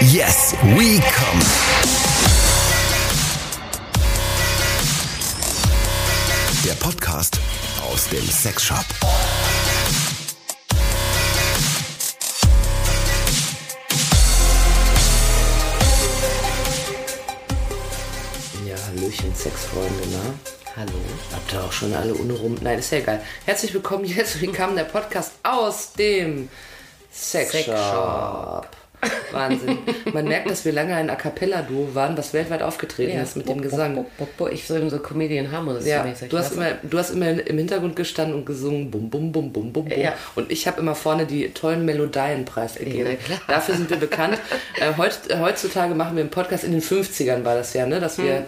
Yes, we come. Der Podcast aus dem Sexshop. Ja, Hallöchen, Sexfreunde, ne? Hallo. Habt ihr auch schon alle ohne rum? Nein, ist ja egal. Herzlich willkommen, deswegen kam der Podcast aus dem Sexshop. Wahnsinn. Man merkt, dass wir lange ein A Cappella-Duo waren, was weltweit aufgetreten ist mit dem Gesang. Ich soll immer so Comedian Harmonies. Ja, du hast, immer, du hast immer im Hintergrund gestanden und gesungen, bum, bum, bum, bum, bum, bum. Ja. Und ich habe immer vorne die tollen Melodien Ja, preisgegeben. klar. Dafür sind wir bekannt. äh, heut, äh, heutzutage machen wir einen Podcast, in den 50ern war das ja, ne? dass Hm. wir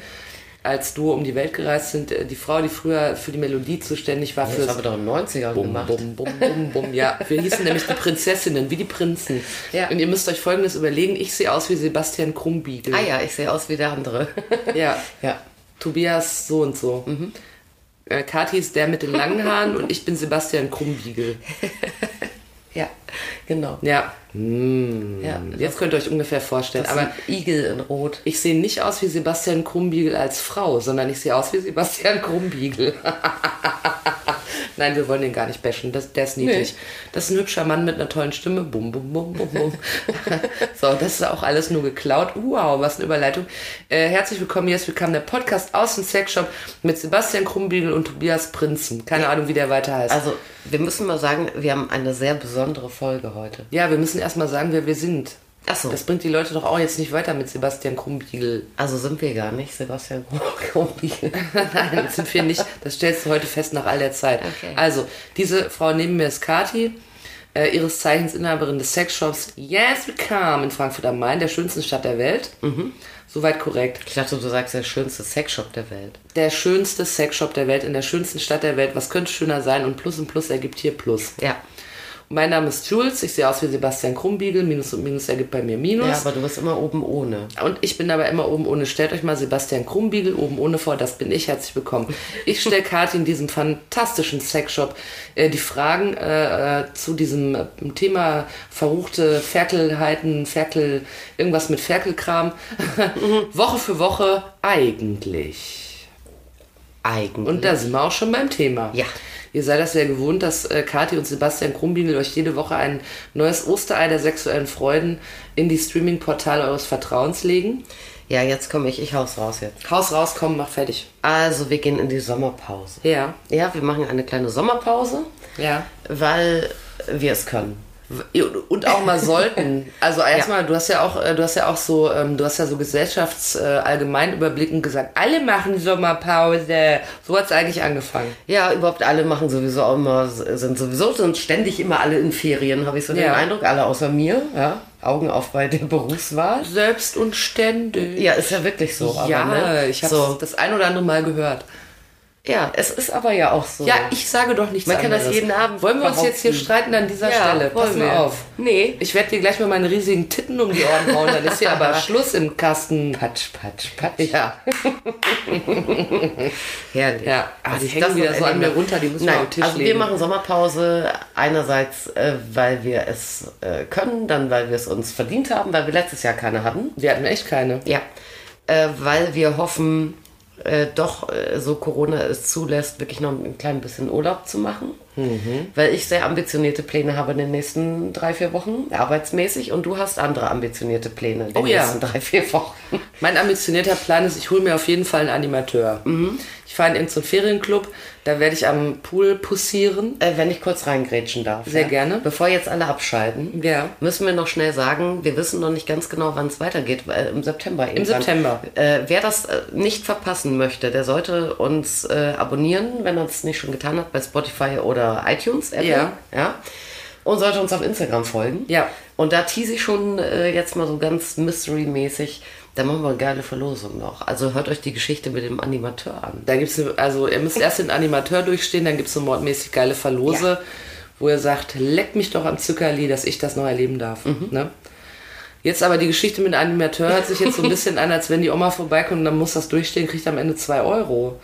als Duo um die Welt gereist sind. Äh, Die Frau, die früher für die Melodie zuständig war, Das für haben wir doch in den 90ern Bum, gemacht. bum, bum, bum, bum. Ja, wir hießen nämlich die Prinzessinnen, wie die Prinzen. Ja. Und ihr müsst euch Folgendes überlegen. Ich sehe aus wie Sebastian Krumbiegel. Ah ja, ich sehe aus wie der andere. Ja. ja. Tobias so und so. Äh, Kathi ist der mit den langen Haaren und ich bin Sebastian Krumbiegel. Ja, genau. Ja, Mm. Ja. jetzt könnt ihr euch ungefähr vorstellen. Das Aber sind Igel in Rot. ich sehe nicht aus wie Sebastian Krumbiegel als Frau, sondern ich sehe aus wie Sebastian Krumbiegel. Nein, wir wollen den gar nicht bashen. Das, der ist niedlich. Das ist ein hübscher Mann mit einer tollen Stimme. Bum, bum, bum, bum, bum. so, das ist auch alles nur geklaut. Wow, was eine Überleitung. Äh, herzlich willkommen, hier ist Willkommen, der Podcast aus dem Sexshop mit Sebastian Krumbiegel und Tobias Prinzen. Keine Ahnung, wie der weiter heißt. Also, wir müssen mal sagen, wir haben eine sehr besondere Folge heute. ja, wir müssen erstmal sagen, wer wir sind. Ach so. Das bringt die Leute doch auch jetzt nicht weiter mit Sebastian Krumbiegel. Also sind wir gar nicht, Sebastian Krumbiegel. Nein, das sind wir nicht. Das stellst du heute fest nach all der Zeit. Okay. Also, diese Frau neben mir ist Kati, äh, ihres Zeichens Inhaberin des Sexshops Yes We Come in Frankfurt am Main, der schönsten Stadt der Welt. Mhm. Soweit korrekt. Ich dachte, du sagst der schönste Sexshop der Welt. Der schönste Sexshop der Welt in der schönsten Stadt der Welt. Was könnte schöner sein? Und Plus und Plus ergibt hier Plus. Ja. Mein Name ist Jules, ich sehe aus wie Sebastian Krumbiegel. Minus und Minus ergibt bei mir Minus. Ja, aber du bist immer oben ohne. Und ich bin aber immer oben ohne. Stellt euch mal Sebastian Krumbiegel oben ohne vor, das bin ich. Herzlich willkommen. Ich stelle Kathi in diesem fantastischen Sexshop äh, die Fragen äh, äh, zu diesem äh, Thema verruchte Ferkelheiten, Ferkel, irgendwas mit Ferkelkram. Woche für Woche eigentlich. Eigentlich. Und da sind wir auch schon beim Thema. Ja. Ihr seid das ja gewohnt, dass äh, Kathi und Sebastian Krumbiegel euch jede Woche ein neues Osterei der sexuellen Freuden in die Streaming-Portale eures Vertrauens legen. ja, jetzt komme ich. Ich haus raus jetzt. Haus rauskommen, mach fertig. Also, wir gehen in die Sommerpause. Ja. Ja, wir machen eine kleine Sommerpause, Ja. weil wir es können. Und auch mal sollten. Also erstmal, du hast ja auch, äh, du hast ja auch so, ähm, du hast ja so gesellschafts äh, allgemeinüberblickend gesagt, alle machen Sommerpause. So hat's eigentlich angefangen. Ja, überhaupt alle machen sowieso auch immer, sind sowieso sind ständig immer alle in Ferien, habe ich so den Ja. Eindruck. Alle außer mir, ja. Augen auf bei der Berufswahl. Selbst und ständig. Ja, ist ja wirklich so. ja, aber, ne? ich habe so. das ein oder andere Mal gehört. Ja, es ist aber ja auch so. Ja, ich sage doch nichts Man kann das anderes. jeden Abend Wollen wir uns jetzt hier behaupten. streiten an dieser Ja, Stelle? wollen Pass mal wir. auf. Nee. Ich werde dir gleich mal meine riesigen Titten um die Ohren hauen, dann ist hier aber Schluss im Kasten. Patsch, patsch, patsch. Ja. Herrlich. Ja, aber die ist hängen das wieder noch so an erlebt. mir runter, die müssen wir Nein, auf den Tisch also wir legen. machen Sommerpause einerseits, äh, weil wir es äh, können, dann weil wir es uns verdient haben, weil wir letztes Jahr keine hatten. Wir hatten echt keine. Ja, äh, weil wir hoffen, äh, doch, äh, so Corona es zulässt, wirklich noch ein klein bisschen Urlaub zu machen. Mhm. Weil ich sehr ambitionierte Pläne habe in den nächsten drei, vier Wochen, arbeitsmäßig. Und du hast andere ambitionierte Pläne in den Oh ja. nächsten drei, vier Wochen. Mein ambitionierter Plan ist, ich hole mir auf jeden Fall einen Animateur. Ich fahre in irgendeinen Ferienclub, da werde ich am Pool pussieren. Äh, wenn ich kurz reingrätschen darf. Sehr gerne. Bevor jetzt alle abschalten, Ja. müssen wir noch schnell sagen, wir wissen noch nicht ganz genau, wann es weitergeht. Weil Im September. Im September. Äh, wer das äh, nicht verpassen möchte, der sollte uns äh, abonnieren, wenn er es nicht schon getan hat, bei Spotify oder iTunes. Apple. Ja. ja. Und sollte uns auf Instagram folgen. Ja. Und da tease ich schon äh, jetzt mal so ganz mystery-mäßig. Da machen wir eine geile Verlosung noch. Also hört euch die Geschichte mit dem Animateur an. Da gibt's eine, also ihr müsst erst den Animateur durchstehen, dann gibt es eine mordmäßig geile Verlose, wo ihr sagt, leck mich doch am Zuckerli, dass ich das noch erleben darf. Mhm. Ne? Jetzt aber die Geschichte mit dem Animateur hört sich jetzt so ein bisschen an, als wenn die Oma vorbeikommt und dann muss das durchstehen, kriegt am Ende 2 Euro.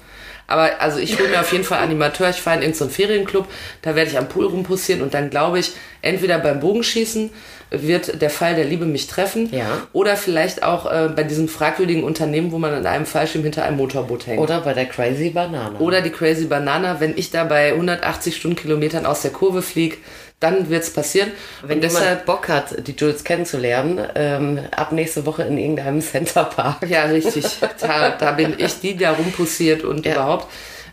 Aber also ich hole mir auf jeden Fall Animateur, ich fahre in irgendeinen Ferienclub, da werde ich am Pool rumpussieren und dann glaube ich, entweder beim Bogenschießen wird der Fall der Liebe mich treffen Ja. oder vielleicht auch äh, bei diesem fragwürdigen Unternehmen, wo man an einem Fallschirm hinter einem Motorboot hängt. Oder bei der Crazy Banana. Oder die Crazy Banana, wenn ich da bei 180 Stundenkilometern aus der Kurve fliege, dann wird's passieren. Wenn und deshalb, jemand Bock hat, die Jules kennenzulernen, ähm, ab nächste Woche in irgendeinem Center Park. ja, richtig, da, da bin ich die, die da rumpussiert und überhaupt,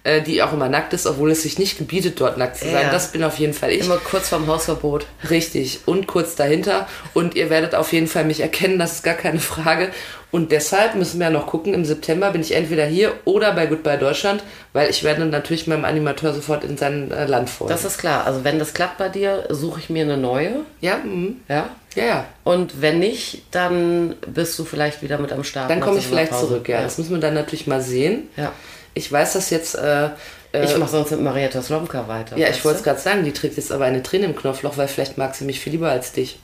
äh, die auch immer nackt ist, obwohl es sich nicht gebietet, dort nackt zu sein. Ja. Das bin auf jeden Fall ich. Immer kurz vorm Hausverbot. Richtig. Und kurz dahinter. Und ihr werdet auf jeden Fall mich erkennen, das ist gar keine Frage. Und deshalb müssen wir ja noch gucken, im September bin ich entweder hier oder bei Goodbye Deutschland, weil ich werde natürlich meinem Animateur sofort in sein äh, Land folgen. Das ist klar. Also wenn das klappt bei dir, suche ich mir eine neue. ja, mhm. Ja. ja, ja. Und wenn nicht, dann bist du vielleicht wieder mit am Start. Dann Machst komme du ich nach vielleicht Hause. zurück, ja. Das müssen wir dann natürlich mal sehen. Ja. Ich weiß das jetzt. Äh, äh, Ich mache sonst mit Marietta Slomka weiter. ja, weißt ich wollte es du? gerade sagen, die trägt jetzt aber eine Träne im Knopfloch, weil vielleicht mag sie mich viel lieber als dich.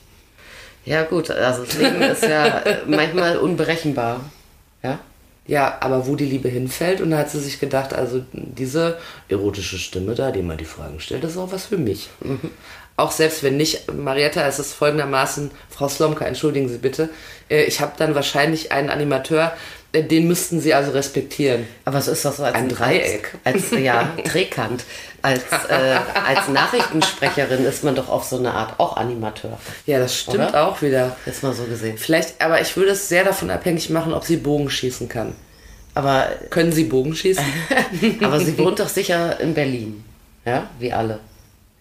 Ja, gut. Also das Leben ist ja äh, manchmal unberechenbar. Ja. Ja, aber wo die Liebe hinfällt, und da hat sie sich gedacht, also diese erotische Stimme da, die immer die Fragen stellt, das ist auch was für mich. Auch selbst wenn nicht, Marietta, es ist folgendermaßen, Frau Slomka, entschuldigen Sie bitte, äh, ich habe dann wahrscheinlich einen Animateur, äh, den müssten Sie also respektieren. Aber es ist doch so als Ein Dreieck. Als, als ja, Trekant. Als, äh, als Nachrichtensprecherin ist man doch auf so eine Art auch Animateur. Ja, das stimmt Oder? auch wieder. Jetzt mal so gesehen. Vielleicht, aber ich würde es sehr davon abhängig machen, ob sie Bogen schießen kann. Aber, Können sie Bogen schießen? aber sie wohnt doch sicher in Berlin. Ja, wie alle.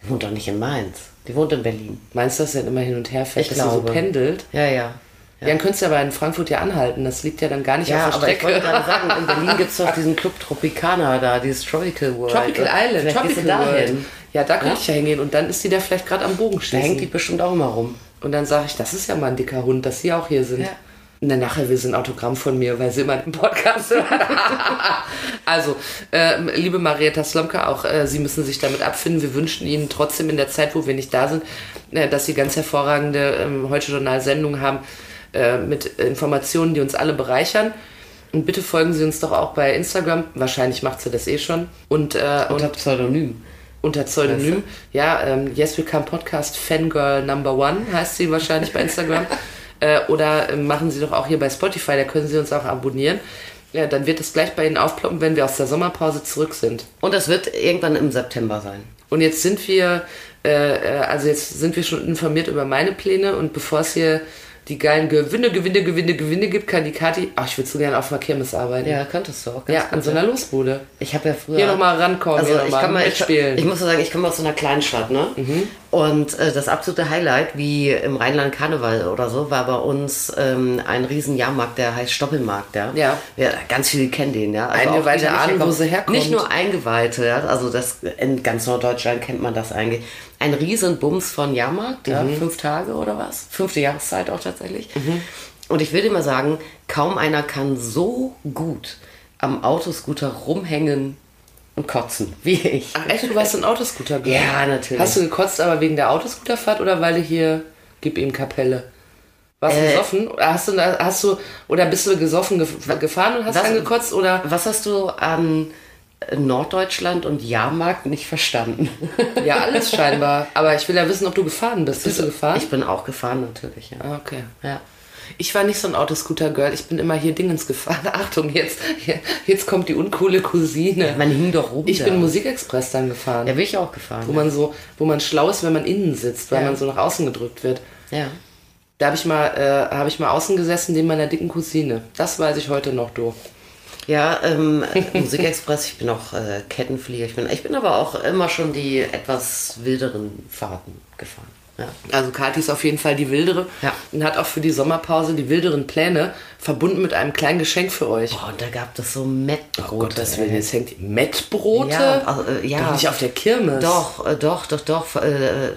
Die wohnt doch nicht in Mainz. Die wohnt in Berlin. Meinst du, dass sie dann immer hin und her fährt, Ich dass sie glaube. so pendelt? Ja, ja. Ja. dann könntest du aber in Frankfurt ja anhalten. Das liegt ja dann gar nicht Ja, auf der aber ich wollte Strecke. gerade sagen, in Berlin gibt es doch diesen Club Tropicana da, dieses Tropical World. Tropical Island, Vielleicht gehst du Tropical da World. hin. Ja, da könnte ich ja hingehen und dann ist die da vielleicht gerade am Bogen Da hängt die schießen. bestimmt auch immer rum. Und dann sage ich, das ist ja mal ein dicker Hund, dass sie auch hier sind. Ja. Und dann nachher will sie ein Autogramm von mir, weil sie immer im Podcast hört. also, ähm, liebe Marietta Slomka, auch äh, Sie müssen sich damit abfinden. Wir wünschen Ihnen trotzdem in der Zeit, wo wir nicht da sind, äh, dass Sie ganz hervorragende ähm, Heute-Journal-Sendungen haben äh, mit Informationen, die uns alle bereichern. Und bitte folgen Sie uns doch auch bei Instagram. Wahrscheinlich macht sie das eh schon. Und, äh, und Unter Pseudonym. unter Pseudonym. Ja, ähm, Yes We Come Podcast Fangirl Number One heißt sie wahrscheinlich bei Instagram. äh, oder ähm, machen sie doch auch hier bei Spotify, da können sie uns auch abonnieren. Ja, dann wird es gleich bei Ihnen aufploppen, wenn wir aus der Sommerpause zurück sind. Und das wird irgendwann im September sein. Und jetzt sind wir, äh, äh, also jetzt sind wir schon informiert über meine Pläne und bevor es hier die geilen Gewinne, Gewinne, Gewinne, Gewinne gibt, kann die Kati, ach, ich würde so gerne auf einer Kirmes arbeiten. Ja, also könntest du auch. Ganz Ja, an so einer Losbude. Ich habe ja früher. Hier nochmal rankommen, Also hier noch ich mal kann mal, ich, mitspielen. Mhm. ich muss so sagen, ich komme aus so einer Kleinstadt, ne? Und äh, das absolute Highlight, wie im Rheinland Karneval oder so, war bei uns ähm, ein riesen Jahrmarkt, der heißt Stoppelmarkt, ja? Ja. Ja, ganz viele kennen den, ja. Also Eingeweihte auch ahnen, die, die nicht herkommen. wo sie herkommt. Nicht nur Eingeweihte, ja? also das in ganz Norddeutschland kennt man das eigentlich. Ein riesen Bums von Jahrmarkt, ja? Mhm. fünf Tage oder was? Fünfte Jahreszeit auch tatsächlich. Und ich will dir mal sagen, kaum einer kann so gut am Autoscooter rumhängen und kotzen wie ich. Ach echt, du warst ein Autoscooter gefahren? Ja, natürlich. Hast du gekotzt, aber wegen der Autoscooterfahrt oder weil du hier, gib ihm Kapelle? Warst du Äh. gesoffen? Oder hast du, hast du, oder bist du gesoffen gef gefahren und hast Was- dann gekotzt? Oder, Was hast du an Norddeutschland und Jahrmarkt nicht verstanden? ja, alles scheinbar. Aber ich will ja wissen, ob du gefahren bist. Bist du gefahren? Ich bin auch gefahren natürlich, ja. Ah, okay. ja. Ich war nicht so ein Autoscooter-Girl. Ich bin immer hier Dingens gefahren. Achtung, jetzt, hier, jetzt kommt die uncoole Cousine. Man hing doch rum. Ich da. bin Musikexpress dann gefahren. Da bin ich auch gefahren. Wo man so, wo man schlau ist, wenn man innen sitzt, weil Ja. man so nach außen gedrückt wird. ja. Da habe ich mal, äh, habe ich mal außen gesessen neben meiner dicken Cousine. Das weiß ich heute noch, du. Ja, ähm, Musikexpress, ich bin auch äh, Kettenflieger, ich bin, ich bin aber auch immer schon die etwas wilderen Fahrten gefahren. Ja. Also Kathi ist auf jeden Fall die Wildere Ja. und hat auch für die Sommerpause die wilderen Pläne verbunden mit einem kleinen Geschenk für euch. Boah, und da gab es so Mettbrote. Oh Gott, das Willen, jetzt hängt die Mettbrote. Ja, also, äh, ja. Doch nicht auf der Kirmes. Doch, äh, doch, doch, doch. Äh, äh,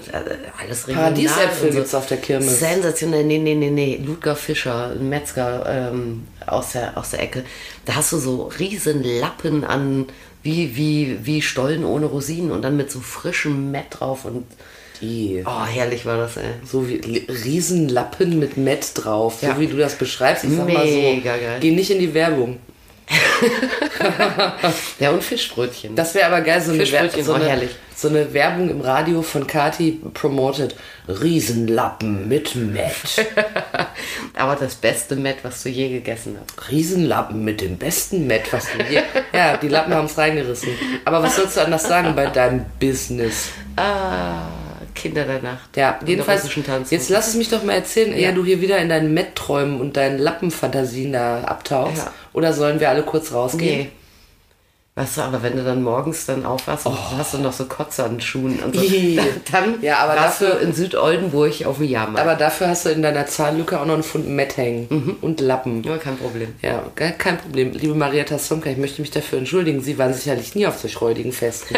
alles regional. Paradiesäpfel und gibt's auf der Kirmes. Sensationell. Nee, nee, nee, nee. Ludger Fischer, ein Metzger ähm, aus, der, aus der Ecke. Da hast du so riesen Lappen an, wie, wie, wie Stollen ohne Rosinen und dann mit so frischem Mett drauf. Und I. oh, herrlich war das, ey. So wie L- Riesenlappen mit Met drauf, Ja. so wie du das beschreibst. Ich sag mal so, Mega geil. geh nicht in die Werbung. ja, und Fischbrötchen. Das wäre aber geil, so eine, Wer Fischbrötchen, so, oh, eine, herrlich. so eine Werbung im Radio von Kati promoted. Riesenlappen mit Matt. Aber das beste Met, was du je gegessen hast. Riesenlappen mit dem besten Matt, was du je. Ja, die Lappen haben es reingerissen. Aber was sollst du anders sagen bei deinem Business? Ah, Kinder der Nacht. Ja, Und jedenfalls, russischen Tanz. jetzt lass es mich doch mal erzählen, eher du hier wieder in deinen Met-Träumen und deinen Lappenfantasien da abtauchst. Ja. Oder sollen wir alle kurz rausgehen? Nee. Weißt du, aber wenn du dann morgens dann aufwachst, und hast du noch so Kotze an den Schuhen und so. Ih. Dann Oh. Ja, aber warst dafür- du in Südoldenburg auf dem Jahrmarkt. Aber dafür hast du in deiner Zahnlücke auch noch einen Pfund Met hängen Mhm. und Lappen. ja, kein Problem. Ja, ge- kein Problem. Liebe Maria Tassonka, ich möchte mich dafür entschuldigen. Sie waren sicherlich nie auf solch räudigen Festen.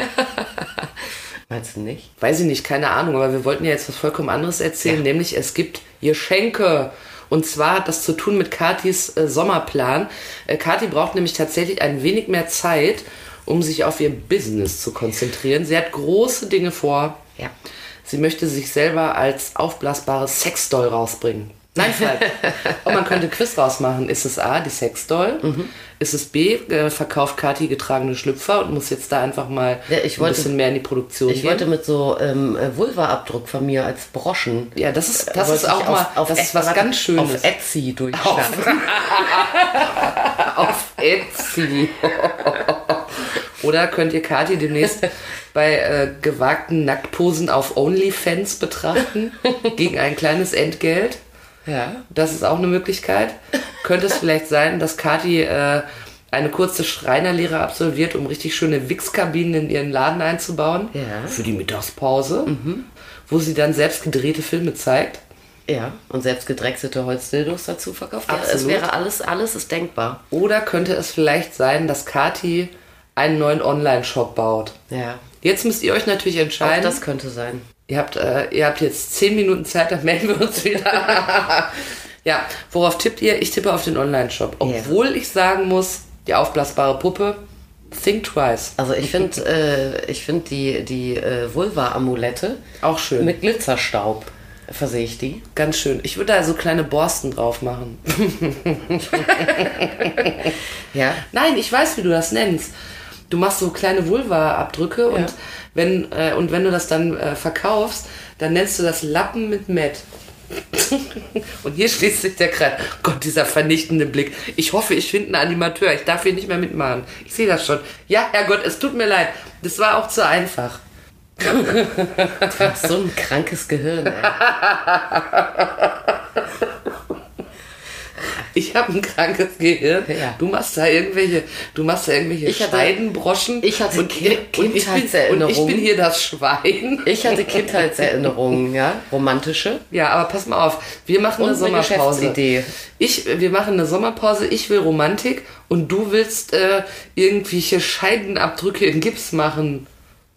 Meinst du nicht? Weiß ich nicht, keine Ahnung, aber wir wollten ja jetzt was vollkommen anderes erzählen, nämlich es gibt Geschenke. Und zwar hat das zu tun mit Katis äh, Sommerplan. Äh, Kati braucht nämlich tatsächlich ein wenig mehr Zeit, um sich auf ihr Business zu konzentrieren. Sie hat große Dinge vor. Ja. Sie möchte sich selber als aufblasbares Sexdoll rausbringen. Nein, Falk. Und man könnte ein Quiz rausmachen. Ist es A, die Sexdoll? Mhm. Ist es B, äh, verkauft Kati getragene Schlüpfer und muss jetzt da einfach mal Ja, ich ein wollte- bisschen mehr in die Produktion Ich gehen? wollte mit so ähm, äh, Vulva-Abdruck von mir als Broschen. ja, das ist, das wollte ist auch ich mal, das ist Etsy- was ganz Schönes. Auf Etsy durchstarten. Auf Etsy. Oder könnt ihr Kathi demnächst bei äh, gewagten Nacktposen auf OnlyFans betrachten? gegen ein kleines Entgelt? Ja. Das ist auch eine Möglichkeit. Könnte es vielleicht sein, dass Kathi äh, eine kurze Schreinerlehre absolviert, um richtig schöne Wichskabinen in ihren Laden einzubauen? Ja. Mhm. Für die Mittagspause, wo sie dann selbst gedrehte Filme zeigt. Ja. Und selbst gedrechselte Holzdildos dazu verkauft. Ja, es Absolut. wäre alles, alles ist denkbar. Oder könnte es vielleicht sein, dass Kathi einen neuen Online-Shop baut? Ja. Jetzt müsst ihr euch natürlich Auch entscheiden. das könnte sein. Ihr habt, äh, ihr habt jetzt 10 Minuten Zeit, dann melden wir uns wieder. ja, worauf tippt ihr? Ich tippe auf den Online-Shop. Obwohl ich sagen muss, die aufblasbare Puppe, Think Twice. Also ich finde äh, ich find die, die äh, Vulva-Amulette Auch schön. mit Glitzerstaub versehe ich die. Ganz schön. Ich würde da so kleine Borsten drauf machen. Ja. Nein, ich weiß, wie du das nennst. Du machst so kleine Vulva-Abdrücke und, wenn, äh, und wenn du das dann äh, verkaufst, dann nennst du das Lappen mit Matt. und hier schließt sich der Kreis. Gott, dieser vernichtende Blick. Ich hoffe, ich finde einen Animateur. Ich darf hier nicht mehr mitmachen. Ich sehe das schon. Ja, Herrgott, es tut mir leid. Das war auch zu einfach. So ein krankes Gehirn. Ey. Ich habe ein krankes Gehirn. Ja. Du machst da irgendwelche, du machst da irgendwelche Ich hatte- Schweinenbroschen. ich hatte und, Ki- und, ich bin, und ich Kindheitserinnerungen. bin hier das Schwein. Ich hatte Kindheitserinnerungen, ja, romantische. Ja, aber pass mal auf, wir machen eine Und eine Sommerpause. Geschäftsidee. Ich, wir machen eine Sommerpause, ich will Romantik und du willst äh, irgendwelche Scheidenabdrücke in Gips machen.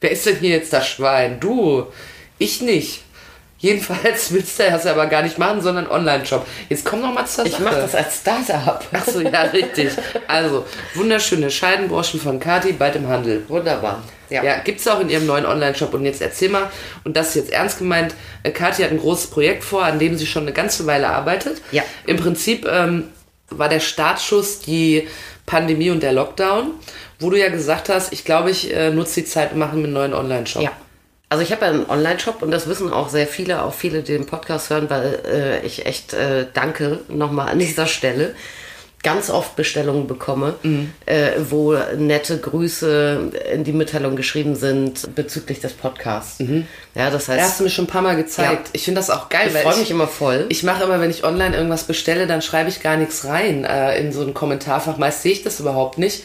Wer ist denn hier jetzt das Schwein? Du. Ich nicht. Jedenfalls willst du das aber gar nicht machen, sondern Online-Shop. Jetzt komm noch mal zur Ich Sache. mache das als Startup. Achso, ja, richtig. Also, wunderschöne Scheidenbroschen von Kati, bald im Handel. Wunderbar. Ja, gibt's auch in ihrem neuen Online-Shop. Und jetzt erzähl mal, und das ist jetzt ernst gemeint, äh, Kathi hat ein großes Projekt vor, an dem sie schon eine ganze Weile arbeitet. Ja. Im Prinzip ähm, war der Startschuss die Pandemie und der Lockdown, wo du ja gesagt hast, ich glaube, ich äh, nutze die Zeit und mache einen neuen Online-Shop. Ja. Also ich habe ja einen Online-Shop und das wissen auch sehr viele, auch viele, die den Podcast hören, weil äh, ich echt äh, danke nochmal an dieser Stelle. Ganz oft Bestellungen bekomme, äh, wo nette Grüße in die Mitteilung geschrieben sind bezüglich des Podcasts. Ja, das Das hast heißt, du mir schon ein paar Mal gezeigt. Ja. Ich finde das auch geil, ich freue mich immer voll. Ich mache immer, wenn ich online irgendwas bestelle, dann schreibe ich gar nichts rein äh, in so ein Kommentarfach. Meist sehe ich das überhaupt nicht.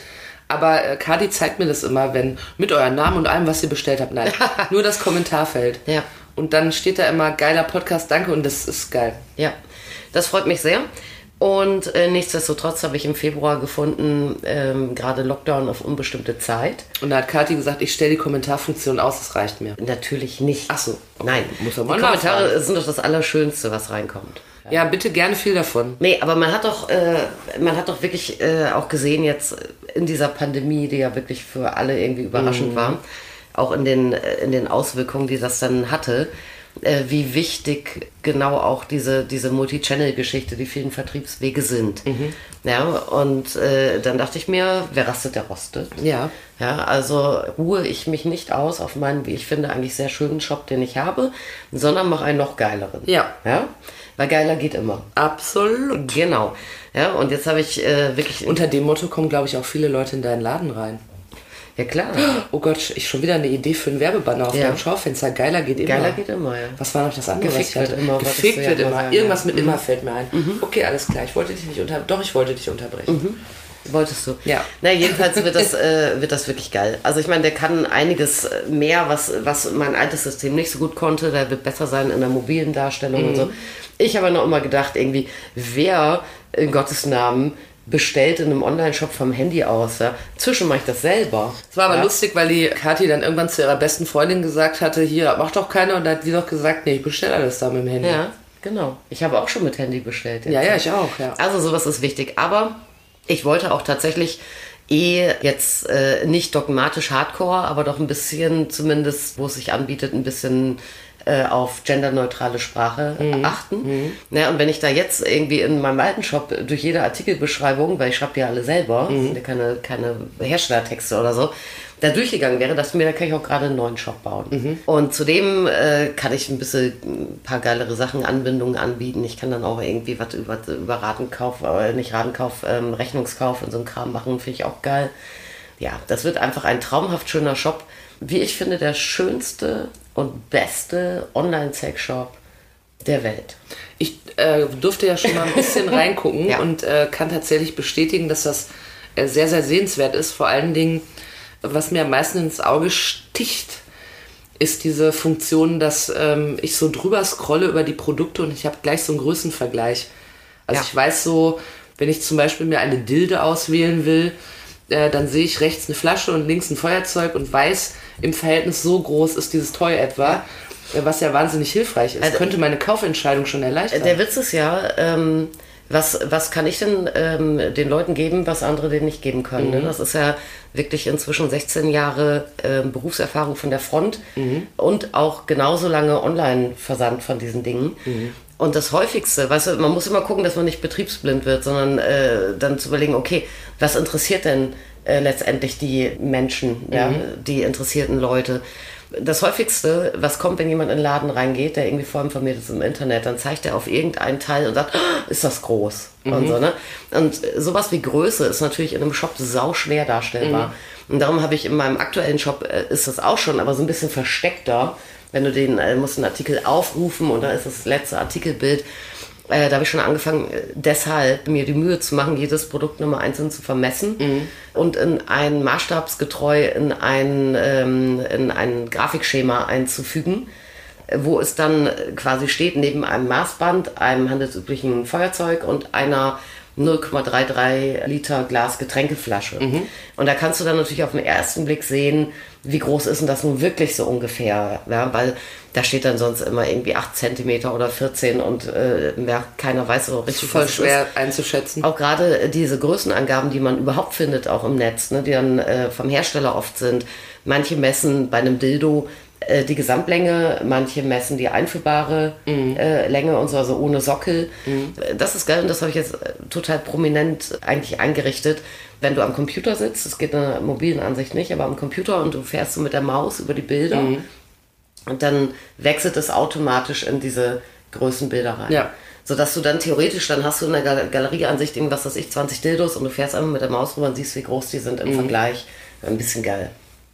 Aber äh, Kadi zeigt mir das immer, wenn mit eurem Namen und allem, was ihr bestellt habt. Nein, nur das Kommentarfeld. Ja. Und dann steht da immer geiler Podcast, danke und das ist geil. Ja, das freut mich sehr. Und äh, nichtsdestotrotz habe ich im Februar gefunden, ähm, gerade Lockdown auf unbestimmte Zeit. Und da hat Kati gesagt, ich stelle die Kommentarfunktion aus, das reicht mir. Natürlich nicht. Ach so. Okay. Nein. Muss die ja mal Kommentare nachfragen. sind doch das Allerschönste, was reinkommt. Ja, bitte gerne viel davon. Nee, aber man hat doch, äh, man hat doch wirklich äh, auch gesehen jetzt in dieser Pandemie, die ja wirklich Mhm. für alle irgendwie überraschend war, auch in den, äh, in den Auswirkungen, die das dann hatte, äh, wie wichtig genau auch diese, diese Multi-Channel-Geschichte, die vielen Vertriebswege sind. Mhm. Ja, und äh, dann dachte ich mir, wer rastet, der rostet. Ja. Ja, also ruhe ich mich nicht aus auf meinen, wie ich finde, eigentlich sehr schönen Shop, den ich habe, sondern mache einen noch geileren. Ja. Ja, weil geiler geht immer. Absolut. Genau. Ja, und jetzt habe ich äh, wirklich. Unter dem Motto kommen, glaube ich, auch viele Leute in deinen Laden rein. ja, klar. Oh Gott, ich schon wieder eine Idee für einen Werbebanner auf Ja. deinem Schaufenster. Geiler geht immer. Geiler geht immer, ja. Was war noch das andere? was Gefickt ich wird hatte? immer, wolltest Gefickt du ja wird immer immer. Mhm. sagen, Irgendwas ja. mit immer fällt mir ein. Okay, alles klar. Ich wollte dich nicht unter. Doch, ich wollte dich unterbrechen. Wolltest du? Ja. Na, jedenfalls wird das, äh, wird das wirklich geil. Also ich meine, der kann einiges äh, mehr, was, was mein altes System nicht so gut konnte. Der wird besser sein in der mobilen Darstellung und Mhm. so. Ich habe noch immer gedacht, irgendwie, wer in Gottes Namen bestellt in einem Online-Shop vom Handy aus. Ja? Zwischen mache ich das selber. Es war aber ja? lustig, weil die Kathi dann irgendwann zu ihrer besten Freundin gesagt hatte, hier, mach doch keiner. Und dann hat die doch gesagt, nee, ich bestelle alles da mit dem Handy. Ja, genau. Ich habe auch schon mit Handy bestellt. Jetzt. ja, ja, ich auch, ja. Also sowas ist wichtig. Aber ich wollte auch tatsächlich eh jetzt äh, nicht dogmatisch hardcore, aber doch ein bisschen, zumindest wo es sich anbietet, ein bisschen äh, auf genderneutrale Sprache Mhm. achten. Ja, und wenn ich da jetzt irgendwie in meinem alten Shop durch jede Artikelbeschreibung, weil ich schreibe ja alle selber, das sind Mhm. ja keine, keine Herstellertexte oder so, da durchgegangen wäre, dass mir, da kann ich auch gerade einen neuen Shop bauen. Und zudem äh, kann ich ein bisschen ein paar geilere Sachen, Anbindungen anbieten. Ich kann dann auch irgendwie was über, über Ratenkauf, äh, nicht Ratenkauf, ähm, Rechnungskauf und so ein Kram machen, finde ich auch geil. Ja, das wird einfach ein traumhaft schöner Shop. Wie ich finde, der schönste und beste Online-Sex-Shop der Welt. Ich äh, durfte ja schon mal ein bisschen reingucken Ja. und äh, kann tatsächlich bestätigen, dass das äh, sehr, sehr sehenswert ist. Vor allen Dingen, was mir am meisten ins Auge sticht, ist diese Funktion, dass ähm, ich so drüber scrolle über die Produkte und ich habe gleich so einen Größenvergleich. Also Ja. ich weiß so, wenn ich zum Beispiel mir eine Dilde auswählen will, äh, dann sehe ich rechts eine Flasche und links ein Feuerzeug und weiß, im Verhältnis so groß ist dieses Toy etwa, äh, was ja wahnsinnig hilfreich ist. Also- könnte meine Kaufentscheidung schon erleichtern. Äh, Der Witz ist ja, ähm, was, was kann ich denn ähm, den Leuten geben, was andere denen nicht geben können? Ne? Das ist ja wirklich inzwischen 16 Jahre ähm, Berufserfahrung von der Front und auch genauso lange Online-Versand von diesen Dingen. Und das häufigste, weißt du, man muss immer gucken, dass man nicht betriebsblind wird, sondern äh, dann zu überlegen, okay, was interessiert denn äh, letztendlich die Menschen, ja, die interessierten Leute? Das häufigste, was kommt, wenn jemand in einen Laden reingeht, der irgendwie vorinformiert ist im Internet, dann zeigt er auf irgendeinen Teil und sagt, "Ah, ist das groß? Und so, ne? Und sowas wie Größe ist natürlich in einem Shop sau schwer darstellbar. Und darum habe ich in meinem aktuellen Shop, äh, ist das auch schon, aber so ein bisschen versteckter. Wenn du den, äh, musst einen Artikel aufrufen und dann ist das letzte Artikelbild. Äh, da habe ich schon angefangen, äh, deshalb mir die Mühe zu machen, jedes Produkt nochmal einzeln zu vermessen und in ein maßstabsgetreu in ein, ähm, in ein Grafikschema einzufügen, äh, wo es dann äh, quasi steht, neben einem Maßband, einem handelsüblichen Feuerzeug und einer 0,33 Liter Glas Getränkeflasche. Mhm. Und da kannst du dann natürlich auf den ersten Blick sehen, wie groß ist denn das nun wirklich so ungefähr? Ja, weil da steht dann sonst immer irgendwie 8 cm oder 14 und äh, ja, keiner weiß so richtig, voll was es schwer Ist. einzuschätzen. Auch gerade diese Größenangaben, die man überhaupt findet, auch im Netz, ne, die dann äh, vom Hersteller oft sind. Manche messen bei einem Dildo äh, die Gesamtlänge, manche messen die einführbare äh, Länge und so, also ohne Sockel. Äh, Das ist geil und das habe ich jetzt äh, total prominent eigentlich eingerichtet. Wenn du am Computer sitzt, das geht in der mobilen Ansicht nicht, aber am Computer und du fährst so mit der Maus über die Bilder und dann wechselt es automatisch in diese Größenbilder rein. Ja. Sodass du dann theoretisch, dann hast du in der Gal- Galerieansicht irgendwas, was weiß ich, 20 Dildos und du fährst einmal mit der Maus rüber und siehst, wie groß die sind im Vergleich. Ein bisschen geil.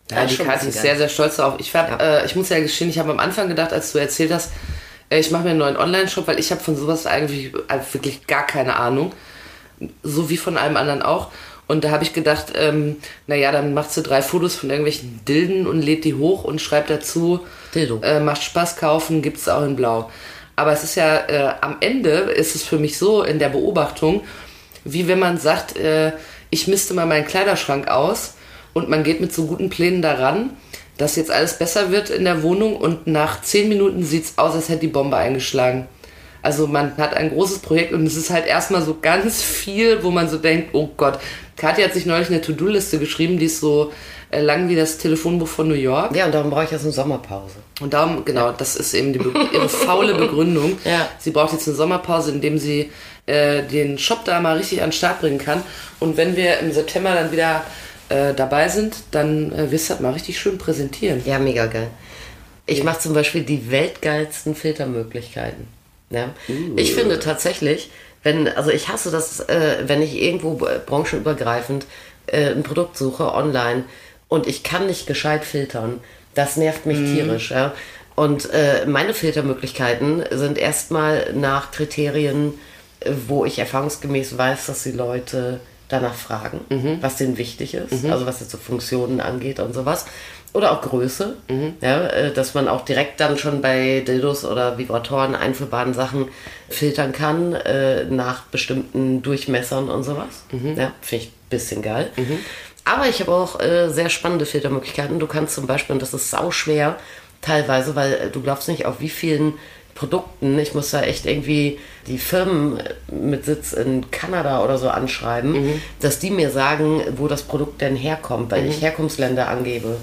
Ja, die Mhm. schon ein Karte ist bisschen sehr, geil. sehr stolz darauf. Ich, hab, Ja. äh, ich muss ja gestehen, ich habe am Anfang gedacht, als du erzählt hast, äh, ich mache mir einen neuen Online-Shop, weil ich habe von sowas eigentlich äh, wirklich gar keine Ahnung. So wie von allem anderen auch. Und da habe ich gedacht, ähm, naja, dann macht sie drei Fotos von irgendwelchen Dilden und lädt die hoch und schreibt dazu, Dildo. Äh, macht Spaß kaufen, gibt's auch in Blau. Aber es ist ja, äh, am Ende ist es für mich so in der Beobachtung, wie wenn man sagt, äh, ich misste mal meinen Kleiderschrank aus und man geht mit so guten Plänen daran, dass jetzt alles besser wird in der Wohnung und nach zehn Minuten sieht's aus, als hätte die Bombe eingeschlagen. Also man hat ein großes Projekt und es ist halt erstmal so ganz viel, wo man so denkt, oh Gott, Kathi hat sich neulich eine To-Do-Liste geschrieben, die ist so äh, lang wie das Telefonbuch von New York. Ja, und darum brauche ich jetzt eine Sommerpause. Und darum, genau, das ist eben die, Be- ihre faule Begründung. Ja. Sie braucht jetzt eine Sommerpause, indem sie äh, den Shop da mal richtig an den Start bringen kann. Und wenn wir im September dann wieder äh, dabei sind, dann äh, wirst du das mal richtig schön präsentieren. Ja, mega geil. Ich mache zum Beispiel die weltgeilsten Filtermöglichkeiten. Ja? Ich finde tatsächlich, wenn, also ich hasse das, äh, wenn ich irgendwo b- branchenübergreifend äh, ein Produkt suche online und ich kann nicht gescheit filtern. Das nervt mich tierisch. Ja? Und äh, meine Filtermöglichkeiten sind erstmal nach Kriterien, äh, wo ich erfahrungsgemäß weiß, dass die Leute danach fragen, was denen wichtig ist, also was jetzt so Funktionen angeht und sowas. Oder auch Größe, ja, äh, dass man auch direkt dann schon bei Dildos oder Vibratoren, einfühlbaren Sachen filtern kann äh, nach bestimmten Durchmessern und sowas. Ja, Finde ich ein bisschen geil. Aber ich habe auch äh, sehr spannende Filtermöglichkeiten. Du kannst zum Beispiel, und das ist sau schwer, teilweise, weil äh, du glaubst nicht, auf wie vielen Produkten, ich muss da echt irgendwie die Firmen äh, mit Sitz in Kanada oder so anschreiben, dass die mir sagen, wo das Produkt denn herkommt, weil ich Herkunftsländer angebe.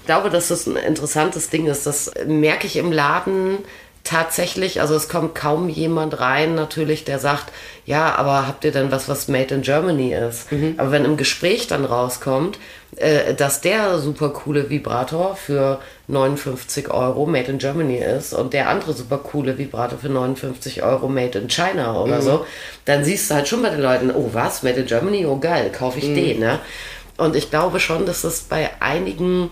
Ich glaube, dass das ein interessantes Ding ist. Das merke ich im Laden tatsächlich. Also es kommt kaum jemand rein, natürlich, der sagt, ja, aber habt ihr denn was, was made in Germany ist? Aber wenn im Gespräch dann rauskommt, äh, dass der super coole Vibrator für 59 Euro made in Germany ist und der andere super coole Vibrator für 59 Euro made in China oder so, dann siehst du halt schon bei den Leuten, oh was, made in Germany, oh geil, kaufe ich den, ne? Und ich glaube schon, dass das bei einigen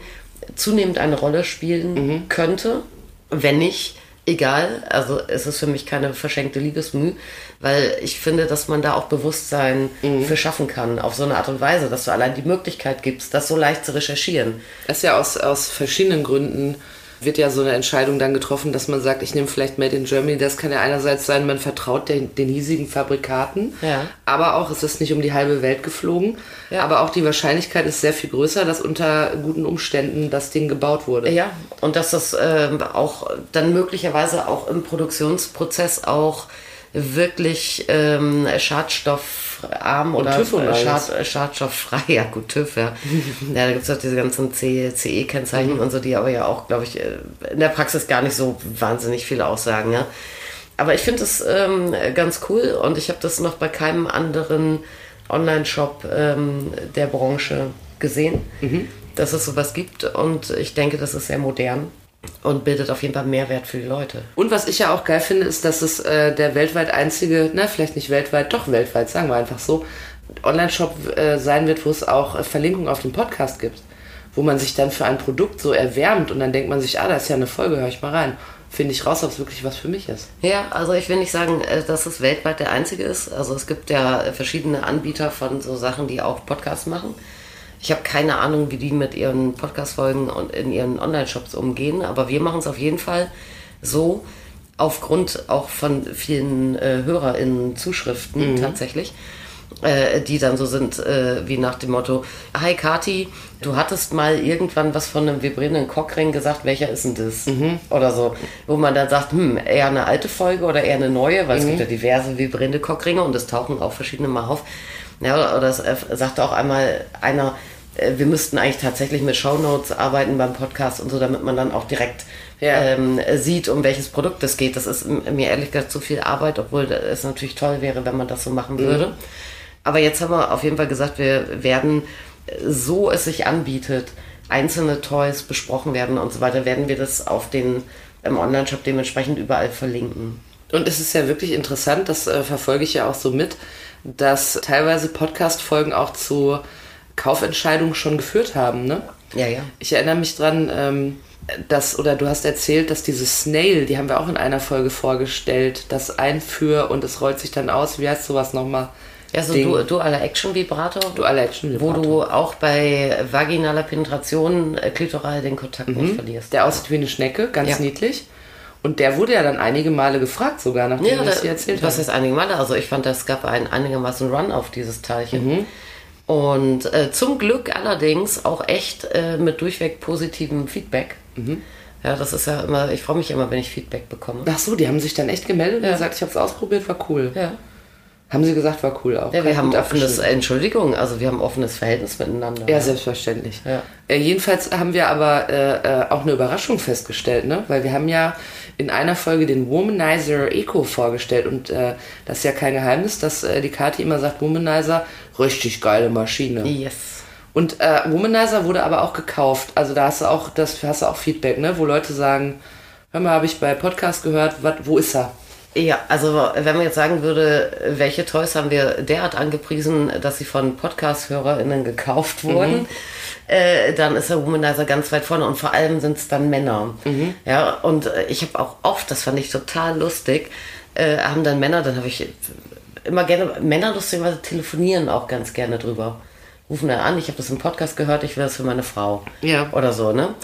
zunehmend eine Rolle spielen könnte. Wenn nicht, egal. Also es ist für mich keine verschenkte Liebesmüh, weil ich finde, dass man da auch Bewusstsein für schaffen kann, auf so eine Art und Weise, dass du allein die Möglichkeit gibst, das so leicht zu recherchieren. Das ist ja aus, aus verschiedenen Gründen wird ja so eine Entscheidung dann getroffen, dass man sagt, ich nehme vielleicht Made in Germany. Das kann ja einerseits sein, man vertraut den, den hiesigen Fabrikaten, Ja. aber auch es ist nicht um die halbe Welt geflogen. Ja. Aber auch die Wahrscheinlichkeit ist sehr viel größer, dass unter guten Umständen das Ding gebaut wurde. Ja, und dass das ähm, auch dann möglicherweise auch im Produktionsprozess auch wirklich ähm, schadstoffarm oder TÜV und alles. schad, schadstofffrei, ja gut, TÜV, ja. ja da gibt's auch diese ganzen CE-Kennzeichen Mhm. und so, die aber ja auch, glaube ich, äh, in der Praxis gar nicht so wahnsinnig viel aussagen, ja. Aber ich finde es ähm, ganz cool und ich habe das noch bei keinem anderen Online-Shop ähm, der Branche gesehen, Mhm. dass es sowas gibt und ich denke, das ist sehr modern und bildet auf jeden Fall Mehrwert für die Leute. Und was ich ja auch geil finde, ist, dass es äh, der weltweit einzige, na vielleicht nicht weltweit, doch weltweit, sagen wir einfach so, Online-Shop äh, sein wird, wo es auch äh, Verlinkungen auf den Podcast gibt, wo man sich dann für ein Produkt so erwärmt und dann denkt man sich, ah, da ist ja eine Folge, höre ich mal rein. Finde ich raus, ob es wirklich was für mich ist. Ja, also ich will nicht sagen, äh, dass es weltweit der einzige ist. Also es gibt ja äh, verschiedene Anbieter von so Sachen, die auch Podcasts machen. Ich habe keine Ahnung, wie die mit ihren Podcast-Folgen und in ihren Online-Shops umgehen, aber wir machen es auf jeden Fall so, aufgrund auch von vielen äh, HörerInnen-Zuschriften tatsächlich, äh, die dann so sind äh, wie nach dem Motto, Hi Kati, du hattest mal irgendwann was von einem vibrierenden Cockring gesagt, welcher ist denn das? Oder so. Wo man dann sagt, hm, eher eine alte Folge oder eher eine neue, weil es gibt ja diverse vibrierende Cockringe und es tauchen auch verschiedene mal auf. Ja, oder, oder es äh, sagte auch einmal einer, äh, wir müssten eigentlich tatsächlich mit Shownotes arbeiten beim Podcast und so, damit man dann auch direkt Ja. ähm, sieht, um welches Produkt es geht. Das ist m- mir ehrlich gesagt zu viel Arbeit, obwohl es natürlich toll wäre, wenn man das so machen würde. Aber jetzt haben wir auf jeden Fall gesagt, wir werden, äh, so es sich anbietet, einzelne Toys besprochen werden und so weiter, werden wir das auf den im Online-Shop dementsprechend überall verlinken. Und es ist ja wirklich interessant, das äh, verfolge ich ja auch so mit, dass teilweise Podcast-Folgen auch zu Kaufentscheidungen schon geführt haben, ne? Ja, ja. Ich erinnere mich dran, ähm, dass, oder du hast erzählt, dass diese Snail, die haben wir auch in einer Folge vorgestellt, das Einführ und es rollt sich dann aus. Wie heißt sowas nochmal? Also Ding. du, du aller Action-Vibrator. Duale Action Wo du auch bei vaginaler Penetration äh, klitoral den Kontakt nicht verlierst. Der aussieht wie eine Schnecke, ganz Ja. niedlich. Und der wurde ja dann einige Male gefragt, sogar nachdem ja, ich es da, dir erzählt was habe. heißt einige Male? Also ich fand, es gab einen einigermaßen Run auf dieses Teilchen. Mhm. Und äh, zum Glück allerdings auch echt äh, mit durchweg positivem Feedback. Mhm. Ja, das ist ja immer, ich freue mich immer, wenn ich Feedback bekomme. Ach so, die haben sich dann echt gemeldet und Ja. gesagt, ich habe es ausprobiert, war cool. Ja. Haben sie gesagt, war cool auch. Ja, wir Kann haben gut offenes, abgeschnitten. Entschuldigung, also wir haben offenes Verhältnis miteinander. Ja, ne? selbstverständlich. Ja. Äh, jedenfalls haben wir aber äh, äh, auch eine Überraschung festgestellt, ne? weil wir haben ja in einer Folge den Womanizer Eco vorgestellt und äh, das ist ja kein Geheimnis, dass äh, die Kati immer sagt, Womanizer, richtig geile Maschine. Yes. Und äh, Womanizer wurde aber auch gekauft. Also da hast du auch, das hast du auch Feedback, ne? Wo Leute sagen, hör mal, habe ich bei Podcast gehört, wat, wo ist er? Ja, also wenn man jetzt sagen würde, welche Toys haben wir derart angepriesen, dass sie von Podcast-HörerInnen gekauft wurden, äh, dann ist der Womanizer ganz weit vorne und vor allem sind es dann Männer. Ja, und äh, ich habe auch oft, das fand ich total lustig, äh, haben dann Männer, dann habe ich immer gerne, Männer lustigerweise telefonieren auch ganz gerne drüber. Rufen dann an, ich habe das im Podcast gehört, ich will das für meine Frau. Ja. Oder so, ne?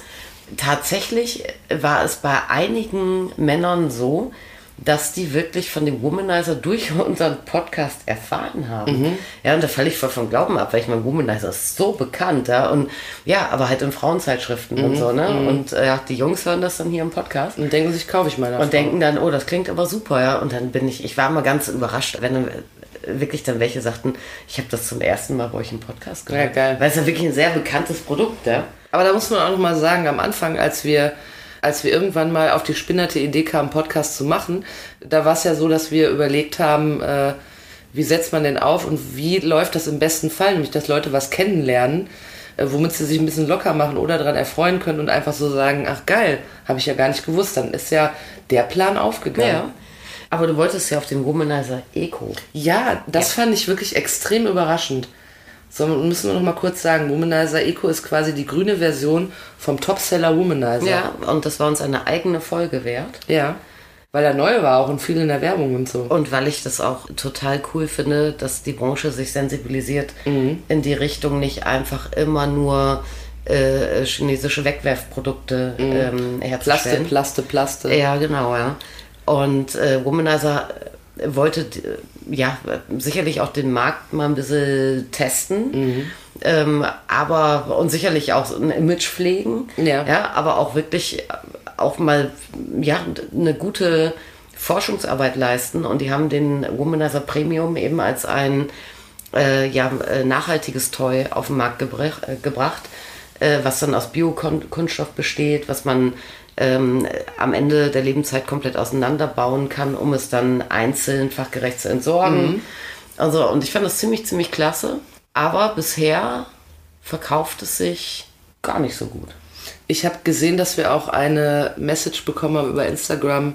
Tatsächlich war es bei einigen Männern so, dass die wirklich von dem Womanizer durch unseren Podcast erfahren haben. Mhm. Ja, und da falle ich voll vom Glauben ab, weil ich mein Womanizer ist so bekannt, ja, und ja, aber halt in Frauenzeitschriften Mhm. und so, ne? Und äh, ja, die Jungs hören das dann hier im Podcast. Und denken sich, kaufe ich mal davon. Und denken dann, oh, das klingt aber super, ja. Und dann bin ich, ich war mal ganz überrascht, wenn dann äh, wirklich dann welche sagten, ich habe das zum ersten Mal bei euch im Podcast gehört. Ja, geil. Weil es ja wirklich ein sehr bekanntes Produkt, ja. Aber da muss man auch noch mal sagen, am Anfang, als wir, als wir irgendwann mal auf die spinnerte Idee kamen, Podcast zu machen, da war es ja so, dass wir überlegt haben, äh, wie setzt man den auf und wie läuft das im besten Fall, nämlich dass Leute was kennenlernen, äh, womit sie sich ein bisschen locker machen oder daran erfreuen können und einfach so sagen, ach geil, habe ich ja gar nicht gewusst, dann ist ja der Plan aufgegangen. Aber du wolltest ja auf den Womanizer Eco. Ja, das fand ich wirklich extrem überraschend. So, müssen wir noch mal kurz sagen, Womanizer Eco ist quasi die grüne Version vom Topseller Womanizer. Ja, und das war uns eine eigene Folge wert. Ja, weil er neu war auch und viel in der Werbung und so. Und weil ich das auch total cool finde, dass die Branche sich sensibilisiert in die Richtung nicht einfach immer nur äh, chinesische Wegwerfprodukte ähm, Plaste, herzustellen. Plaste, Plaste. Ja, genau, ja. Und äh, Womanizer wollte äh, ja sicherlich auch den Markt mal ein bisschen testen. Ähm, aber und sicherlich auch so ein Image pflegen. Ja. ja. Aber auch wirklich äh, auch mal ja eine gute Forschungsarbeit leisten. Und die haben den Womanizer Premium eben als ein äh, ja, äh, nachhaltiges Toy auf den Markt gebrech, äh, gebracht, äh, was dann aus Biokunststoff besteht, was man ähm, am Ende der Lebenszeit komplett auseinanderbauen kann, um es dann einzeln fachgerecht zu entsorgen. Also, und ich fand das ziemlich, ziemlich klasse. Aber bisher verkauft es sich gar nicht so gut. Ich habe gesehen, dass wir auch eine Message bekommen haben über Instagram,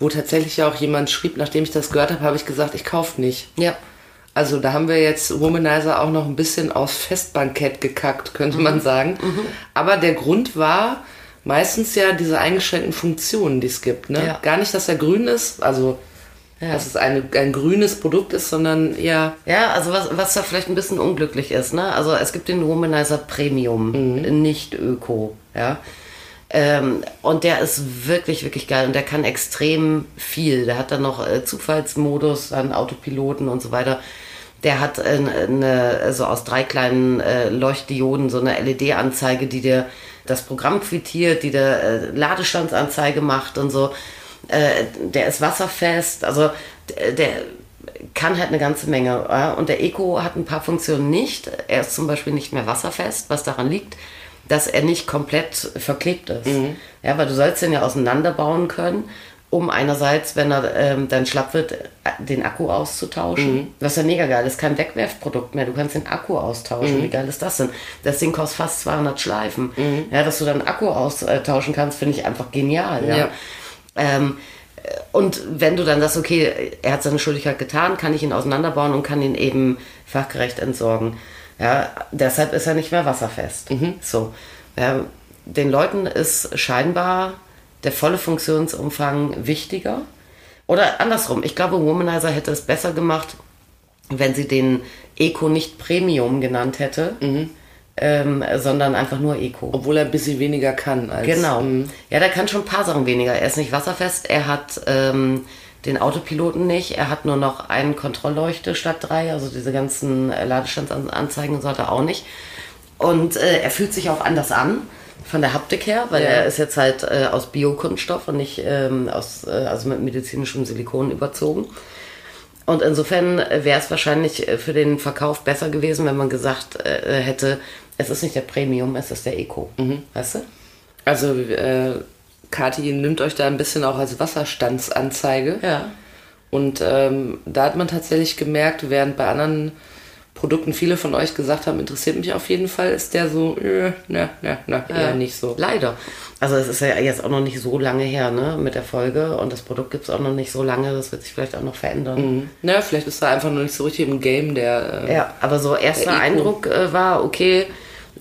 wo tatsächlich ja auch jemand schrieb, nachdem ich das gehört habe, habe ich gesagt, ich kauf nicht. Ja. Also da haben wir jetzt Womanizer auch noch ein bisschen aus Festbankett gekackt, könnte Mhm. man sagen. Aber der Grund war meistens ja diese eingeschränkten Funktionen, die es gibt. Ne? Ja. Gar nicht, dass er grün ist, also dass es eine, ein grünes Produkt ist, sondern eher Ja, also was, was da vielleicht ein bisschen unglücklich ist, ne? Also es gibt den Womanizer Premium, nicht Öko, ja. Ähm, und der ist wirklich, wirklich geil und der kann extrem viel. Der hat dann noch äh, Zufallsmodus, dann Autopiloten und so weiter. Der hat äh, eine, so aus drei kleinen äh, Leuchtdioden so eine LED-Anzeige, die dir das Programm quittiert, die dir äh, Ladestandsanzeige macht und so. Äh, der ist wasserfest, also d- der kann halt eine ganze Menge. Ja? Und der Eco hat ein paar Funktionen nicht. Er ist zum Beispiel nicht mehr wasserfest, was daran liegt, dass er nicht komplett verklebt ist. Ja, weil du sollst den ja auseinanderbauen können, um einerseits, wenn er ähm, dann schlapp wird, äh, den Akku auszutauschen. Was ja mega geil ist, kein Wegwerfprodukt mehr. Du kannst den Akku austauschen. Wie geil ist das denn? Das Ding kostet fast 200 Schleifen. Ja, dass du dann Akku austauschen kannst, finde ich einfach genial. Ja. Ja. Ähm, und wenn du dann sagst, okay, er hat seine Schuldigkeit getan, kann ich ihn auseinanderbauen und kann ihn eben fachgerecht entsorgen. Ja, deshalb ist er nicht mehr wasserfest. So. Ja, den Leuten ist scheinbar der volle Funktionsumfang wichtiger. Oder andersrum, ich glaube, Womanizer hätte es besser gemacht, wenn sie den Eco nicht Premium genannt hätte, ähm, sondern einfach nur Eco. obwohl er ein bisschen weniger kann als ähm, Genau. Ja, der kann schon ein paar Sachen weniger. Er ist nicht wasserfest, er hat ähm, den Autopiloten nicht, er hat nur noch einen Kontrollleuchte statt drei, also diese ganzen äh, Ladestandsanzeigen und so hat er auch nicht. Und äh, er fühlt sich auch anders an von der Haptik her, weil Ja. er ist jetzt halt äh, aus Biokunststoff und nicht ähm, aus, äh, also mit medizinischem Silikon überzogen. Und insofern wäre es wahrscheinlich äh, für den Verkauf besser gewesen, wenn man gesagt äh, hätte, es ist nicht der Premium, es ist der Eco. Mhm. Weißt du? Also, äh, Kati nimmt euch da ein bisschen auch als Wasserstandsanzeige. Ja. Und ähm, da hat man tatsächlich gemerkt, während bei anderen Produkten viele von euch gesagt haben, interessiert mich auf jeden Fall, ist der so, äh, na, na, na, eher nicht so. Leider. Also es ist ja jetzt auch noch nicht so lange her, ne, mit der Folge. Und das Produkt gibt es auch noch nicht so lange, das wird sich vielleicht auch noch verändern. Naja, Ne, vielleicht ist er einfach noch nicht so richtig im Game, der. Äh, Ja, aber so erster Der Eco. Eindruck äh, war, okay,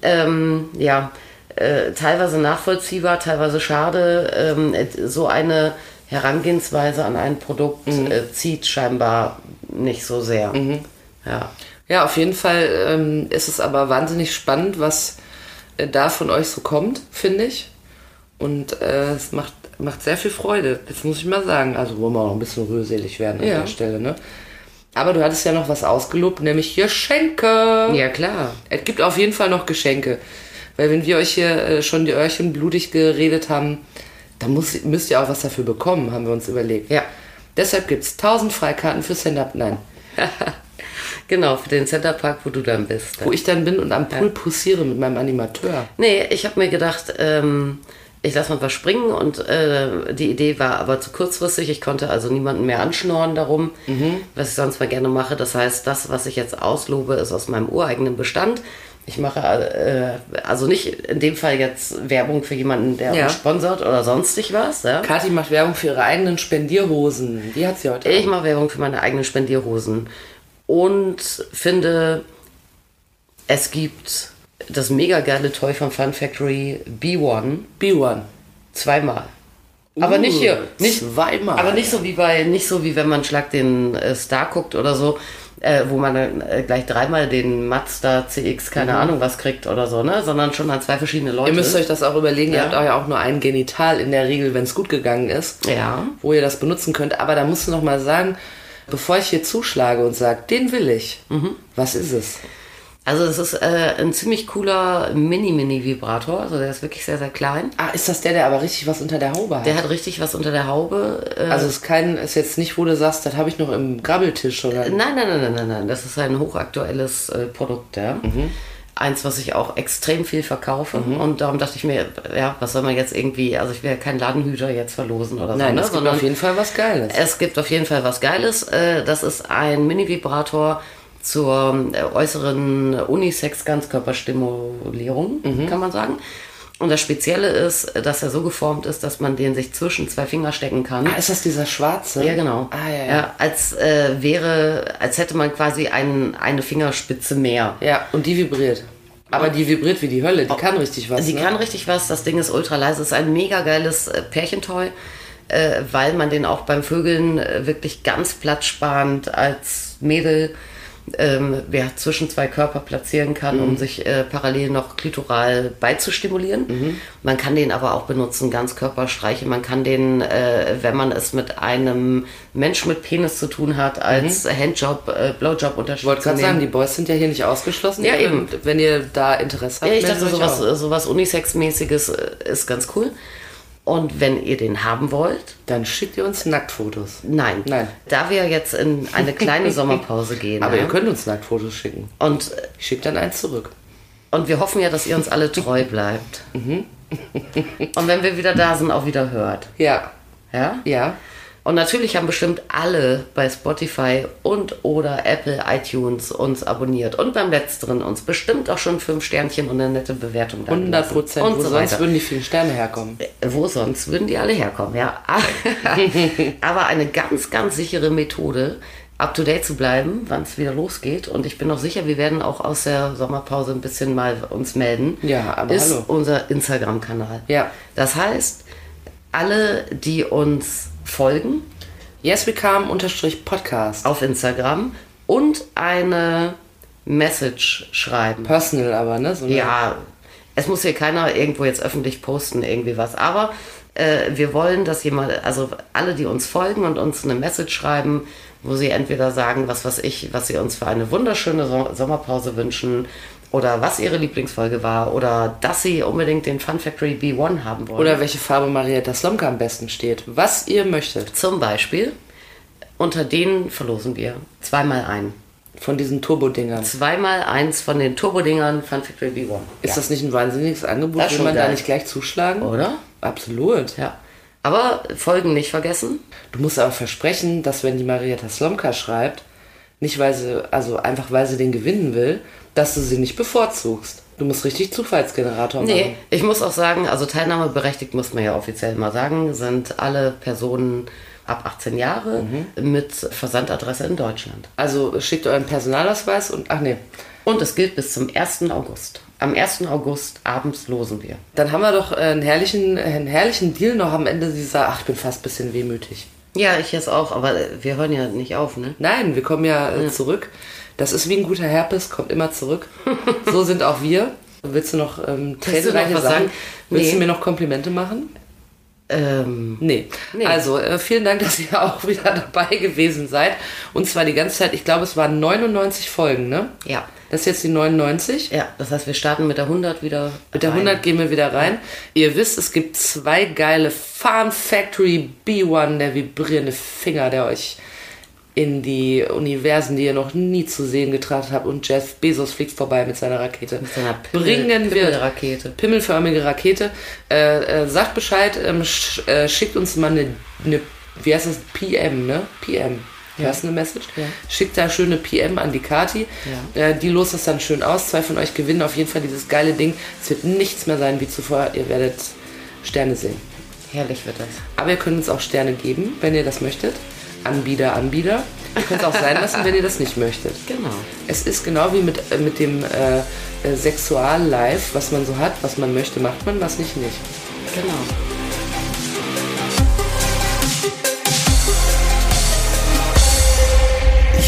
ähm, ja, äh, teilweise nachvollziehbar, teilweise schade. Ähm, et- so eine Herangehensweise an ein Produkt Mhm. äh, zieht scheinbar nicht so sehr. Ja. Ja, auf jeden Fall ähm, ist es aber wahnsinnig spannend, was äh, da von euch so kommt, finde ich. Und äh, es macht, macht sehr viel Freude, das muss ich mal sagen. Also wollen wir auch ein bisschen rührselig werden an Ja. der Stelle, ne? Aber du hattest ja noch was ausgelobt, nämlich Geschenke. ja, klar. Es gibt auf jeden Fall noch Geschenke. Weil wenn wir euch hier äh, schon die Öhrchen blutig geredet haben, dann muss, müsst ihr auch was dafür bekommen, haben wir uns überlegt. Ja. Deshalb gibt es 1000 Freikarten für Stand-Up Nein. Genau, für den Centerpark, wo du dann bist. Wo ich dann bin und am Pool pussiere mit meinem Animateur. Nee, ich habe mir gedacht, ähm, ich lasse mal was springen und äh, die Idee war aber zu kurzfristig. Ich konnte also niemanden mehr anschnorren darum, was ich sonst mal gerne mache. Das heißt, das, was ich jetzt auslobe, ist aus meinem ureigenen Bestand. Ich mache äh, also nicht in dem Fall jetzt Werbung für jemanden, der Ja. uns sponsert oder sonstig was. Ja? Kathi macht Werbung für ihre eigenen Spendierhosen. Die hat sie heute. Ich mache Werbung für meine eigenen Spendierhosen und finde, es gibt das mega geile Toy von Fun Factory B1. B1. Zweimal. aber nicht hier. Nicht, Uh, zweimal. aber nicht so wie bei, nicht so wie wenn man Schlag den äh, Star guckt oder so, äh, wo man dann äh, gleich dreimal den Mazda CX, keine Ahnung was kriegt oder so, ne? Sondern schon an zwei verschiedene Leute. Mhm. Ihr müsst euch das auch überlegen, ihr Ja. habt auch ja auch nur ein Genital in der Regel, wenn es gut gegangen ist, Ja. wo ihr das benutzen könnt. Aber da musst du noch mal sagen, bevor ich hier zuschlage und sage, den will ich, Mhm. was ist es? also es ist äh, ein ziemlich cooler Mini-Mini-Vibrator, also der ist wirklich sehr, sehr klein. Ah, ist das der, der aber richtig was unter der Haube hat? Der hat richtig was unter der Haube. Äh, also ist kein, ist jetzt nicht, wo du sagst, das habe ich noch im Grabbeltisch oder. Nein, nein, nein, nein, nein, nein. Das ist ein hochaktuelles äh, Produkt, ja. Mhm. Eins, was ich auch extrem viel verkaufe. Und darum dachte ich mir, ja, was soll man jetzt irgendwie, also ich will ja keinen Ladenhüter jetzt verlosen oder so. Nein, ne? das gibt auf jeden Fall was Geiles. Es gibt auf jeden Fall was Geiles. Äh, Das ist ein Mini-Vibrator zur äh, äußeren Unisex-Ganzkörperstimulierung, Mhm. kann man sagen. Und das Spezielle ist, dass er so geformt ist, dass man den sich zwischen zwei Finger stecken kann. ah, ist das dieser schwarze? Ja, genau. Ah, ja, ja. als äh, wäre, als hätte man quasi ein, eine Fingerspitze mehr. Ja, und die vibriert. Aber die vibriert wie die Hölle, die kann richtig was. Oh. Sie ne? kann richtig was, das Ding ist ultra leise, ist ein mega geiles äh, Pärchentoy, äh, weil man den auch beim Vögeln äh, wirklich ganz platzsparend als Mädel ähm, ja, zwischen zwei Körper platzieren kann, Mhm. um sich äh, parallel noch klitoral beizustimulieren. Mhm. Man kann den aber auch benutzen, Ganzkörperstreiche. Man kann den, äh, wenn man es mit einem Mensch mit Penis zu tun hat, als Handjob, äh, Blowjob unterstützen. Mhm. Ich wollte gerade sagen, die Boys sind ja hier nicht ausgeschlossen. Ja, Ihr- eben. Wenn ihr da Interesse habt, Ja, ich meldet dachte, euch sowas, äh, auch. sowas Unisex-mäßiges äh, ist ganz cool. Und wenn ihr den haben wollt, Dann schickt ihr uns Nacktfotos. nein. Nein. Da wir jetzt in eine kleine Sommerpause gehen. Aber ja? ihr könnt uns Nacktfotos schicken. und, Ich schicke dann eins zurück. und wir hoffen ja, dass ihr uns alle treu bleibt. Mhm. und wenn wir wieder da sind, auch wieder hört. Ja, Ja? ja. Und natürlich haben bestimmt alle bei Spotify und oder Apple iTunes uns abonniert. Und beim letzteren uns bestimmt auch schon fünf Sternchen und eine nette Bewertung da. 100 gelassen. Prozent. Und so sonst weiter. würden die vielen Sterne herkommen. Äh, wo sonst würden die alle herkommen, ja. Aber eine ganz, ganz sichere Methode, up to date zu bleiben, wann es wieder losgeht. Und ich bin auch sicher, wir werden auch aus der Sommerpause ein bisschen mal uns melden. Ja, aber ist hallo. unser Instagram-Kanal. Ja. Das heißt, alle, die uns folgen Yes, we come unterstrich Podcast. auf Instagram und eine Message schreiben. Personal aber, ne? So eine- Ja, es muss hier keiner irgendwo jetzt öffentlich posten, irgendwie was. Aber äh, wir wollen, dass jemand, also alle, die uns folgen und uns eine Message schreiben, wo sie entweder sagen, was weiß ich, was sie uns für eine wunderschöne so Sommerpause wünschen oder was ihre Lieblingsfolge war oder dass sie unbedingt den Fun Factory B1 haben wollen. Oder welche Farbe Marietta Slomka am besten steht. Was ihr möchtet. zum Beispiel. Unter denen verlosen wir zweimal einen. Von diesen Turbodingern. Zweimal eins von den Turbodingern Fun Fact Review One. Ist das nicht ein wahnsinniges Angebot? Das ist Will man schon da geil. nicht gleich zuschlagen? Oder? Absolut. Ja. Aber Folgen nicht vergessen. Du musst aber versprechen, dass wenn die Marietta Slomka schreibt, nicht weil sie, also einfach weil sie den gewinnen will, dass du sie nicht bevorzugst. Du musst richtig Zufallsgenerator Nee, machen. ich muss auch sagen, also teilnahmeberechtigt muss man ja offiziell mal sagen, sind alle Personen ab 18 Jahre mit Versandadresse in Deutschland. Also schickt euren Personalausweis und, ach nee, Und es gilt bis zum 1. August. Am 1. August abends losen wir. dann haben wir doch äh, einen herrlichen, einen herrlichen Deal noch am Ende dieser, ach, ich bin fast ein bisschen wehmütig. Ja, ich jetzt auch, aber wir hören ja nicht auf, ne? Nein, wir kommen ja äh, zurück. Das ist wie ein guter Herpes, kommt immer zurück. so sind auch wir. Willst du noch ähm, du noch tränenreiche was Sachen? sagen? Willst Nee. du mir noch Komplimente machen? Ähm, Nee. Also, äh, vielen Dank, dass ihr auch wieder dabei gewesen seid. Und zwar die ganze Zeit, ich glaube, es waren 99 Folgen, ne? ja. Das ist jetzt die 99. Ja, das heißt, wir starten mit der 100 wieder. Mit der rein. 100 gehen wir wieder rein. Ihr wisst, es gibt zwei geile Farm Factory B1, der vibrierende Finger, der euch in die Universen, die ihr noch nie zu sehen getragen habt. Und Jeff Bezos fliegt vorbei mit seiner Rakete. Mit seiner Pimmel- Bringen wir Rakete. pimmelförmige Rakete. Äh, äh, sagt Bescheid, ähm, sch äh, schickt uns mal eine, eine, wie heißt das, PM, ne? PM. Ja. Hast du eine Message? Ja. Schickt da schöne PM an die Kati. Äh, die lost das dann schön aus. Zwei von euch gewinnen auf jeden Fall dieses geile Ding. Es wird nichts mehr sein wie zuvor. Ihr werdet Sterne sehen. Herrlich wird das. Aber ihr könnt uns auch Sterne geben, wenn ihr das möchtet. Anbieter, Anbieter. Ihr könnt es auch sein lassen, wenn ihr das nicht möchtet. Genau. Es ist genau wie mit, äh, mit dem äh, äh, Sexuallife, was man so hat, was man möchte, macht man, was nicht, nicht. Genau.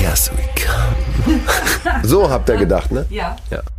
Yes, we come. So habt ihr gedacht, ne? Ja. Ja.